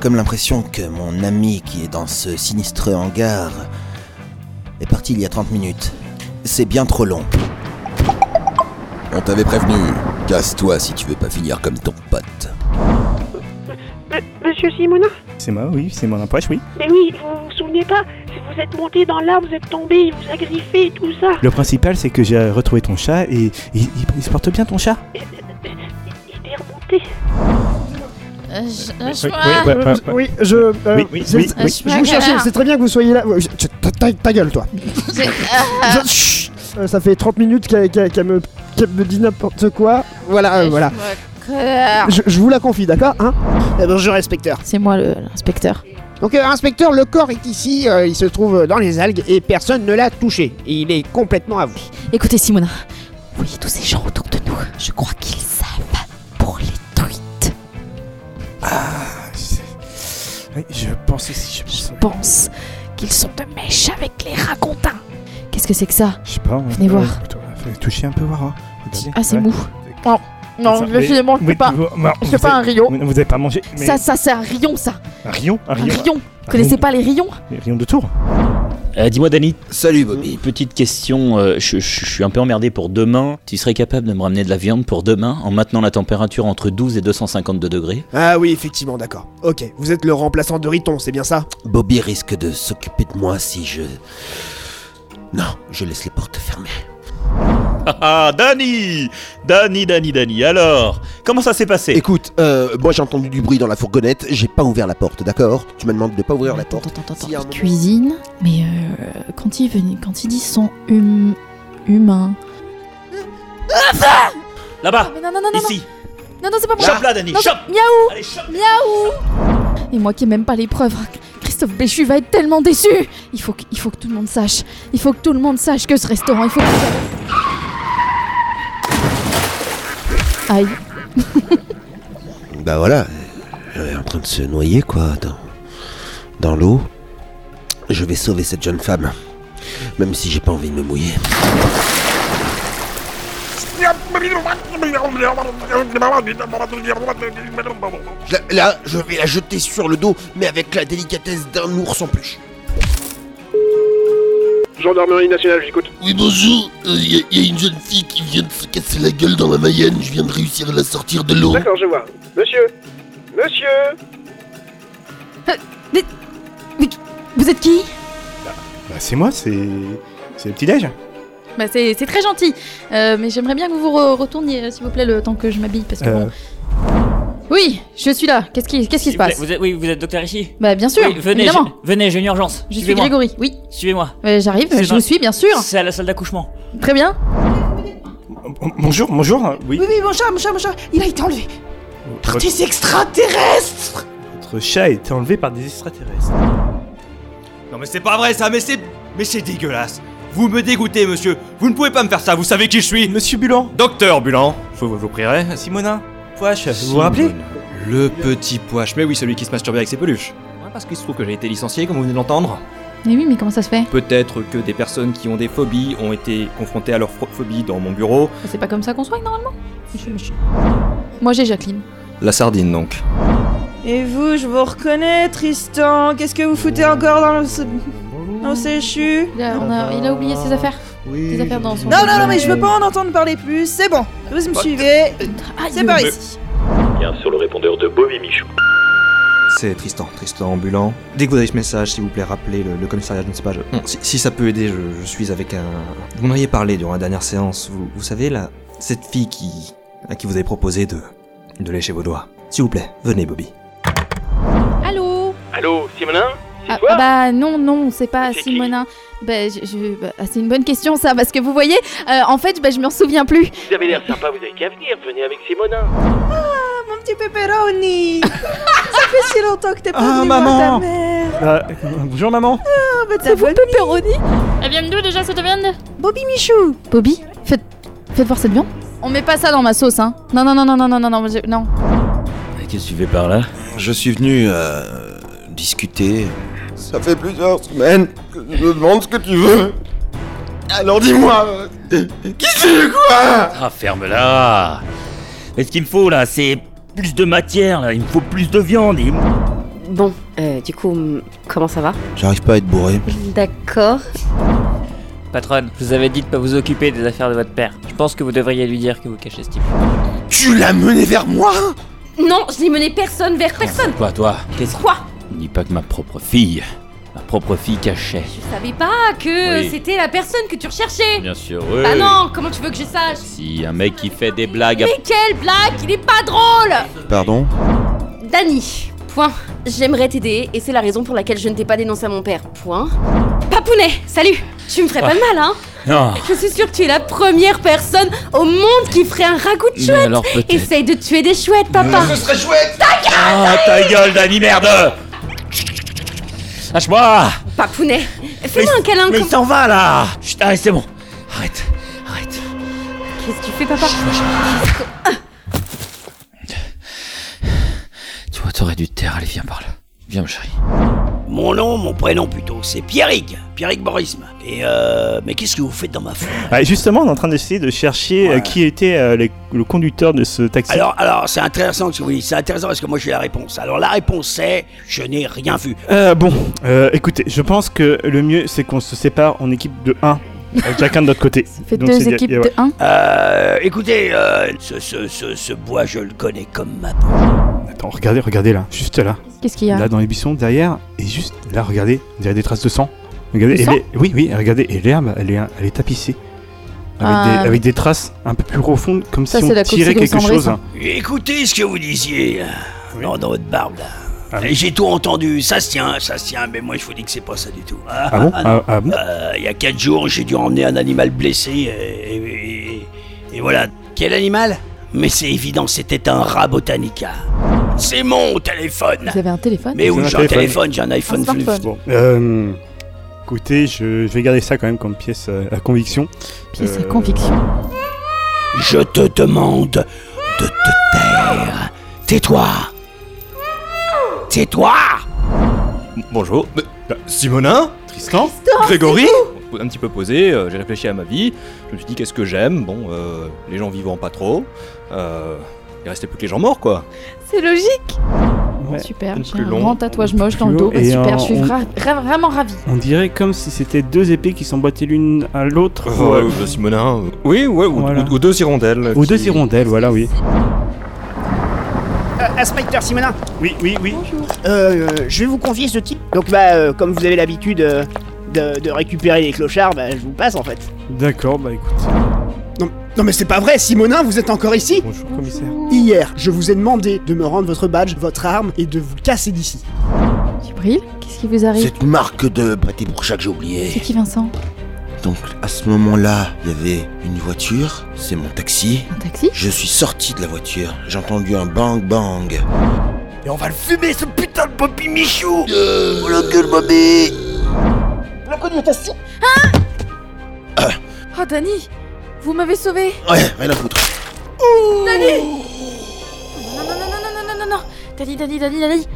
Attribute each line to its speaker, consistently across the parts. Speaker 1: comme l'impression que mon ami qui est dans ce sinistre hangar est parti il y a 30 minutes. C'est bien trop long.
Speaker 2: On t'avait prévenu. Casse-toi si tu veux pas finir comme ton pote.
Speaker 3: Monsieur Simona
Speaker 4: C'est moi, oui, c'est mon approche, oui.
Speaker 3: Mais oui, vous vous souvenez pas Vous êtes monté dans l'arbre, vous êtes tombé, il vous a griffé et tout ça.
Speaker 4: Le principal, c'est que j'ai retrouvé ton chat et, et- il, il se porte bien ton chat.
Speaker 3: Il était remonté.
Speaker 5: Euh, je- euh, je
Speaker 4: Oui,
Speaker 5: vois-
Speaker 4: oui, ouais, ouais.
Speaker 6: Oui, je. euh,
Speaker 4: Oui, oui,
Speaker 6: je-
Speaker 4: oui,
Speaker 6: je-
Speaker 5: oui.
Speaker 6: je- Je vous cherchais, c'est très bien que vous soyez là. Ouais, je- je- ta, ta- ta gueule, toi.
Speaker 5: j'ai- euh,
Speaker 6: Je- chut. Euh, ça fait 30 minutes qu'elle qu'elle- qu'elle me, qu'elle me dit n'importe quoi. Voilà, euh,
Speaker 5: je
Speaker 6: voilà.
Speaker 5: me colère.
Speaker 6: Je, je vous la confie, d'accord hein Eh ben, Bonjour, inspecteur.
Speaker 5: C'est moi le- l'inspecteur.
Speaker 6: Donc, euh, inspecteur, le corps est ici, euh, il se trouve dans les algues et personne ne l'a touché. Il est complètement à vous.
Speaker 5: Écoutez, Simona. Vous voyez tous ces gens autour de nous Je crois qu'ils savent pour les truites.
Speaker 4: Oui, Ah, Je pense aussi, je pense.
Speaker 5: Je pense qu'ils sont de mèche avec les racontins. Qu'est-ce que c'est que ça
Speaker 4: Je sais pas. on-
Speaker 5: Venez
Speaker 4: ouais,
Speaker 5: voir.
Speaker 4: plutôt, faut toucher un peu, voir. hein. Regardez.
Speaker 5: Ah, c'est
Speaker 4: Ouais.
Speaker 5: mou. Non, non,
Speaker 4: Ça,
Speaker 5: je
Speaker 4: mais-
Speaker 5: les mange
Speaker 4: mais-
Speaker 5: pas.
Speaker 4: vous- non,
Speaker 5: C'est
Speaker 4: vous
Speaker 5: pas
Speaker 4: avez-
Speaker 5: un rayon.
Speaker 4: Vous n'avez pas mangé. mais-
Speaker 5: Ça, ça, c'est un rayon, ça.
Speaker 4: Un rayon Un
Speaker 5: Un
Speaker 4: rayon
Speaker 5: rayon. Vous connaissez pas les rayons
Speaker 4: Les rayons de tour
Speaker 7: Euh, Dis-moi, Danny,
Speaker 2: Salut Bobby.
Speaker 7: petite question. euh, je, je- je suis un peu emmerdé pour demain. Tu serais capable de me ramener de la viande pour demain en maintenant la température entre 12 et 252 degrés
Speaker 6: Ah oui, effectivement, d'accord. Ok, vous êtes le remplaçant de Riton, c'est bien ça
Speaker 1: Mm. Bobby risque de s'occuper de moi si je... Non, je laisse les portes fermées.
Speaker 7: Ah ah, Danny Danny, Danny, Danny. Alors, comment ça s'est passé
Speaker 1: Écoute, euh, moi j'ai entendu du bruit dans la fourgonnette, j'ai pas ouvert la porte, d'accord Tu me demandes de pas ouvrir la
Speaker 8: Attends,
Speaker 1: porte.
Speaker 8: attends, attends,
Speaker 1: S'il y a un
Speaker 8: ils
Speaker 1: moment-
Speaker 8: cuisinent, mais euh, quand ils venaient, quand ils disent sont hum- humains.
Speaker 5: Ah,
Speaker 7: Là-bas
Speaker 8: non non non non
Speaker 7: Ici
Speaker 8: non non, non, c'est pas pour moi.
Speaker 7: Chope-la, Danny
Speaker 8: Non,
Speaker 7: Chope
Speaker 8: Miaou
Speaker 7: Allez, chope
Speaker 8: Et moi qui ai même pas les preuves. Christophe Béchu va être tellement déçu. Il faut que, il faut que tout le monde sache. Il faut que tout le monde sache que ce restaurant, il faut. que- Aïe.
Speaker 1: Bah voilà, elle est en train de se noyer quoi, dans, dans l'eau. Je vais sauver cette jeune femme, même si j'ai pas envie de me mouiller. Là, là, je vais la jeter sur le dos, mais avec la délicatesse d'un ours en peluche.
Speaker 6: Gendarmerie nationale, j'écoute.
Speaker 9: Oui, bonjour.
Speaker 1: Euh,
Speaker 9: Il y, a une jeune fille qui vient de se casser la gueule dans la Mayenne. Je viens de réussir à la sortir de l'eau.
Speaker 6: D'accord, je vois. Monsieur Monsieur
Speaker 5: Vous êtes qui
Speaker 4: Bah, c'est moi, c'est. C'est le petit-déj.
Speaker 8: Bah, c'est c'est très gentil. Euh, mais j'aimerais bien que vous vous re- retourniez, euh, s'il vous plaît, le temps que je m'habille, parce que.
Speaker 4: Euh,
Speaker 8: bon. Oui, je suis là. Qu'est-ce qui, qu'est-ce qui se
Speaker 10: Vous êtes-
Speaker 8: passe
Speaker 10: vous êtes, Oui, vous êtes docteur ici
Speaker 8: Bah bien sûr,
Speaker 10: Oui, venez,
Speaker 8: évidemment.
Speaker 10: j'ai- venez, j'ai une urgence.
Speaker 8: Je suis
Speaker 10: Suivez-moi.
Speaker 8: Grégory. Oui,
Speaker 10: Suivez-moi.
Speaker 8: euh, j'arrive.
Speaker 10: C'est
Speaker 8: Je
Speaker 10: dans-
Speaker 8: vous suis, bien sûr.
Speaker 10: C'est à la salle d'accouchement.
Speaker 8: Très bien.
Speaker 4: bon- Bonjour, bonjour. Oui.
Speaker 11: Oui, oui, mon chat, mon chat, mon chat, il a été enlevé par
Speaker 4: Votre,
Speaker 11: des extraterrestres
Speaker 4: votre chat a été enlevé par des extraterrestres.
Speaker 9: Non, mais c'est pas vrai ça, mais c'est. Mais c'est dégueulasse. Vous me dégoûtez, monsieur. Vous ne pouvez pas me faire ça. Vous savez qui je suis
Speaker 4: Monsieur Bulan
Speaker 9: Docteur Bulan. Je vous, je vous prierai.
Speaker 4: Simonin Poche, vous vous rappelez
Speaker 9: Le petit poche. Mais oui, celui qui se masturbait avec ses peluches. Ouais, parce qu'il se trouve que j'ai été licencié, comme vous venez de l'entendre.
Speaker 8: Mais oui, mais comment ça se fait
Speaker 9: Peut-être que des personnes qui ont des phobies ont été confrontées à leur phro- phobie dans mon bureau.
Speaker 8: Bah, C'est pas comme ça qu'on soigne normalement. Moi j'ai Jacqueline.
Speaker 9: La sardine, donc.
Speaker 11: Et vous, je vous reconnais, Tristan. Qu'est-ce que vous foutez encore dans le, s- dans le CHU
Speaker 8: Il a, on
Speaker 11: Ah.
Speaker 8: a- il a oublié ses affaires. Ses affaires dans son.
Speaker 11: Non, non, non, mais je veux pas en entendre parler plus. C'est bon. Vous me suivez.
Speaker 8: Aïe.
Speaker 11: C'est par ici.
Speaker 7: Bien sur le répondeur de Bobby Michou.
Speaker 9: C'est Tristan, Tristan ambulant. Dès que vous avez ce message, s'il vous plaît, rappelez le, le commissariat, je ne sais pas. je- Bon, si, si ça peut aider, je, je suis avec un. Vous m'en aviez parlé durant la dernière séance, vous, vous savez, là, cette fille qui. à qui vous avez proposé de. de lécher vos doigts. S'il vous plaît, venez, Bobby.
Speaker 8: Allô.
Speaker 10: Allô, Simonin
Speaker 8: Ah, ah bah non, non, c'est pas Simonin. Bah, je, je- bah, c'est une bonne question ça, parce que vous voyez, euh, en fait, bah, je m'en souviens plus.
Speaker 10: Vous avez l'air sympa, vous avez qu'à venir. Venez avec Simonin.
Speaker 11: Ah, mon petit pepperoni Ça fait si longtemps que t'es pas
Speaker 4: Ah,
Speaker 11: venu
Speaker 4: maman.
Speaker 11: voir ta mère.
Speaker 4: Euh, Bonjour maman
Speaker 11: Ah, bah,
Speaker 8: C'est
Speaker 11: t'as
Speaker 8: vous,
Speaker 11: bonne-
Speaker 8: Pepperoni
Speaker 5: Elle vient d'où déjà cette viande
Speaker 11: Bobby Michou
Speaker 8: Bobby, faites, faites voir cette viande. On met pas ça dans ma sauce, hein. Non, non, non, non, non, non, non, non. je- non.
Speaker 7: Qu'est-ce que tu fais par là
Speaker 2: Je suis venu euh, discuter. Ça fait plusieurs semaines que je me demande ce que tu veux. Alors dis-moi, qui c'est quoi
Speaker 7: Ah, ferme-la Mais ce qu'il me faut là, c'est plus de matière là, il me faut plus de viande et...
Speaker 12: Bon, euh, du coup, hum, comment ça va
Speaker 13: J'arrive pas à être bourré.
Speaker 12: D'accord.
Speaker 10: Patronne, je vous avais dit de pas vous occuper des affaires de votre père. Je pense que vous devriez lui dire que vous cachez ce type.
Speaker 13: Tu l'as mené vers moi
Speaker 12: Non, je n'ai mené personne vers personne.
Speaker 7: Quoi, toi Qu'est-ce
Speaker 12: Quoi
Speaker 7: Dis pas que ma propre fille. Ma propre fille cachait.
Speaker 12: Je savais pas que
Speaker 7: Oui.
Speaker 12: c'était la personne que tu recherchais.
Speaker 7: Bien sûr, oui.
Speaker 12: Bah non, comment tu veux que je sache
Speaker 7: Si un mec qui fait des blagues. à-
Speaker 12: Mais quelle blague Il est pas drôle
Speaker 13: Pardon
Speaker 12: Dani, point. J'aimerais t'aider et c'est la raison pour laquelle je ne t'ai pas dénoncé à mon père, point. Papounet, salut Tu me ferais pas de mal, hein
Speaker 7: Non
Speaker 12: Je suis sûre que tu es la première personne au monde qui ferait un ragoût de
Speaker 7: Mais
Speaker 12: chouette
Speaker 7: alors peut-être-
Speaker 12: Essaye de tuer des chouettes, papa
Speaker 7: Mais ce
Speaker 12: serait chouette Ta gueule
Speaker 7: Ah, ta gueule, Dani, merde Lâche-moi
Speaker 12: Papounet, fais-moi un câlin
Speaker 7: Mais il
Speaker 12: comme-
Speaker 7: s'en va là Chut, allez, c'est bon. Arrête.
Speaker 12: Qu'est-ce que tu fais, papa
Speaker 7: Toi, t'aurais dû te taire. Allez, viens par là. Viens, ma chérie.
Speaker 14: Mon nom, mon prénom plutôt, c'est Pierrick, Pierrick Borisme. Et euh, mais qu'est-ce que vous faites dans ma foule
Speaker 4: Ah, et justement, on est en train d'essayer de chercher euh, qui était euh, les- le conducteur de ce taxi.
Speaker 14: Alors, alors, c'est intéressant ce que vous dites, c'est intéressant parce que moi j'ai la réponse. Alors la réponse c'est, je n'ai rien vu.
Speaker 4: Euh, bon, euh, écoutez, je pense que le mieux c'est qu'on se sépare en équipe de 1, chacun de notre côté. Donc, c'est- y a- ouais. Ah.
Speaker 14: Euh, écoutez, euh, ce, ce, ce, ce bois, je le connais comme ma peau.
Speaker 4: Attends, regardez, regardez là, juste là.
Speaker 8: Qu'est-ce qu'il y a
Speaker 4: Là dans les buissons, derrière, et juste là, regardez, il y a des traces de sang. Regardez,
Speaker 8: Du
Speaker 4: et
Speaker 8: sang
Speaker 4: les- oui, oui, regardez, et l'herbe, elle est, elle est tapissée. Avec,
Speaker 14: Ah.
Speaker 4: des, avec des traces un peu plus profondes, comme
Speaker 14: Ça,
Speaker 4: si
Speaker 14: c'est
Speaker 4: on
Speaker 14: la
Speaker 4: tirait
Speaker 14: coccinelle
Speaker 4: quelque chose.
Speaker 14: Écoutez ce que vous disiez, euh, dans, dans votre barbe là. Et J'ai tout entendu, ça se tient, ça se tient, mais moi je vous dis que c'est pas ça du tout. Ah,
Speaker 4: bon
Speaker 14: non.
Speaker 4: Ah- ah bon
Speaker 14: Euh, Il y a 4 jours, j'ai dû emmener un animal blessé euh, et, et- et- et voilà. Quel animal Mais c'est évident, c'était un rat botanica. C'est mon téléphone
Speaker 8: Vous avez un téléphone
Speaker 14: Mais oui,
Speaker 4: un
Speaker 14: j'ai un
Speaker 4: téléphone.
Speaker 14: téléphone, j'ai un iPhone
Speaker 8: Un smartphone.
Speaker 14: Bon.
Speaker 4: Euh, écoutez, je, je vais garder ça quand même comme pièce euh, à conviction.
Speaker 8: Pièce à
Speaker 4: Euh,
Speaker 8: conviction.
Speaker 14: Je te demande de te taire. Tais-toi Tais-toi
Speaker 15: Bonjour. Simonin Bah, Tristan, Grégory Un petit peu posé, euh, j'ai réfléchi à ma vie. Je me suis dit qu'est-ce que j'aime Bon, euh, les gens vivants pas trop. Euh, il restait plus que les gens morts quoi.
Speaker 8: C'est logique Super,
Speaker 15: une
Speaker 8: j'ai
Speaker 15: plus
Speaker 8: un
Speaker 15: longue,
Speaker 8: grand tatouage moche dans
Speaker 4: plus
Speaker 8: le dos.
Speaker 4: haut,
Speaker 8: bah
Speaker 4: et
Speaker 8: super,
Speaker 4: un-
Speaker 8: je suis
Speaker 4: on-
Speaker 8: vra- vra- vraiment ravie.
Speaker 4: On dirait comme si c'était deux épées qui s'emboîtaient l'une à l'autre.
Speaker 15: Euh, euh, Simonin. euh, Oui, ouais, ou,
Speaker 4: Voilà.
Speaker 15: ou- ou deux hirondelles.
Speaker 4: Ou
Speaker 15: qui-
Speaker 4: deux hirondelles, voilà, oui.
Speaker 6: Euh, inspecteur Simonin
Speaker 4: Oui, oui, oui.
Speaker 6: Euh, euh, je vais vous confier ce type. Donc, bah, euh, comme vous avez l'habitude euh, de, de récupérer les clochards, bah, je vous passe en fait.
Speaker 4: D'accord, bah écoute.
Speaker 16: Non, non, mais c'est pas vrai, Simonin, vous êtes encore ici
Speaker 4: Bonjour, commissaire.
Speaker 16: Hier, je vous ai demandé de me rendre votre badge, votre arme et de vous casser d'ici.
Speaker 8: Brille, qu'est-ce qui vous arrive
Speaker 13: Cette marque de pâté bourgeat que j'ai
Speaker 8: C'est
Speaker 13: oublié.
Speaker 8: qui Vincent
Speaker 13: Donc à ce moment-là, il y avait une voiture, c'est mon taxi. Un
Speaker 8: taxi
Speaker 13: Je suis sorti de la voiture, j'ai entendu un bang bang.
Speaker 14: Et on va le fumer, ce putain de Bobby Michou Oh la gueule, Bobby
Speaker 16: Le connotation
Speaker 8: Oh Dani Vous m'avez sauvé
Speaker 13: Ouais, rien à foutre.
Speaker 8: Dani Non, non, non, non, non, non, non, non Dani, Dani, Dani, Dani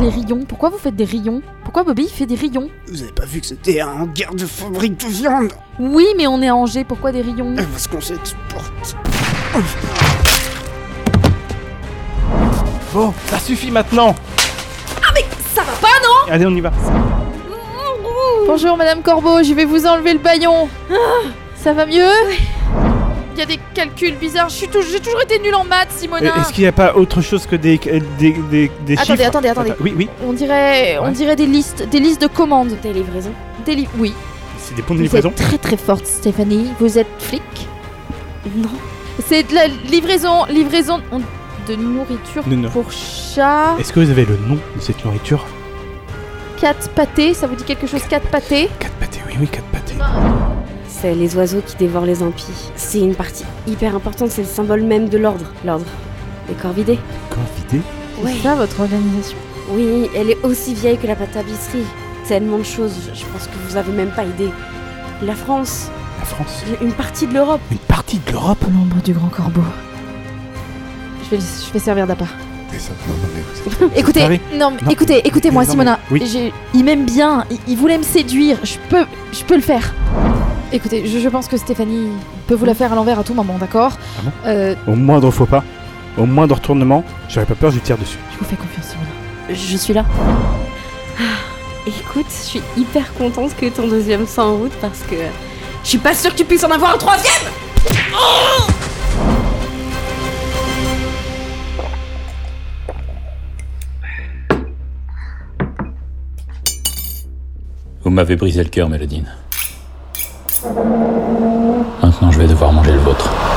Speaker 8: Les rayons, pourquoi vous faites des rayons Pourquoi Bobby il fait des rayons
Speaker 16: Vous avez pas vu que c'était un hangar de fabrique de viande Euh,
Speaker 8: Oui, mais on est à Angers, pourquoi des rayons
Speaker 16: Parce qu'on s'exporte.
Speaker 4: Bon, ça suffit maintenant
Speaker 8: Ah mais ça va pas, non
Speaker 4: Allez, on y va.
Speaker 8: Bonjour Madame Corbeau, je vais vous enlever le baillon Ça va mieux Il y a des calculs bizarres, je suis tou- j'ai toujours été nulle en maths,
Speaker 4: Euh,
Speaker 8: Simona
Speaker 4: Est-ce qu'il n'y a pas autre chose que des, des, des, des
Speaker 8: Attendez,
Speaker 4: chiffres
Speaker 8: attendez, attendez.
Speaker 4: Attends, Oui, oui.
Speaker 8: On dirait, on
Speaker 4: Ouais.
Speaker 8: dirait des listes, des listes de commandes. Des livraisons. Des li- oui.
Speaker 4: C'est des ponts de
Speaker 8: Vous
Speaker 4: livraison.
Speaker 8: êtes très très forte, Stéphanie. Vous êtes flic Non. C'est de la livraison, livraison on- de nourriture
Speaker 4: Non, non.
Speaker 8: pour chat.
Speaker 4: Est-ce que vous avez le nom de cette nourriture
Speaker 8: 4 pâtés, ça vous dit quelque chose 4 pâtés
Speaker 4: Oui, oui, quatre pâtés.
Speaker 12: C'est les oiseaux qui dévorent les impies. C'est une partie hyper importante, c'est le symbole même de l'ordre. L'ordre. Les corvidés.
Speaker 4: Corvidés
Speaker 8: C'est ça votre organisation
Speaker 12: Oui, elle est aussi vieille que la pâte à bisserie. Tellement de choses, je- je pense que vous avez même pas idée. La France.
Speaker 4: La France
Speaker 12: Une partie de l'Europe.
Speaker 4: Une partie de l'Europe
Speaker 8: L'ombre du grand corbeau. Je vais, je vais servir d'appât. Écoutez, non, mais écoutez, écoutez-moi,
Speaker 4: Non, mais-
Speaker 8: Simona.
Speaker 4: oui.
Speaker 8: J'ai- Il m'aime bien, il, il voulait me séduire. Je peux, je peux le faire. Écoutez, je, je pense que Stéphanie peut vous la faire à l'envers à tout moment, d'accord
Speaker 4: Ah bon
Speaker 8: Euh,
Speaker 4: Au moindre faux pas, au moindre retournement, j'aurais pas peur, je lui tire dessus.
Speaker 8: Je vous fais confiance, Simona. je suis là. Ah, Écoute, je suis hyper contente que ton deuxième soit en route parce que je suis pas sûre que tu puisses en avoir un troisième
Speaker 14: Vous m'avez brisé le cœur, Mélodine. Maintenant, je vais devoir manger le vôtre.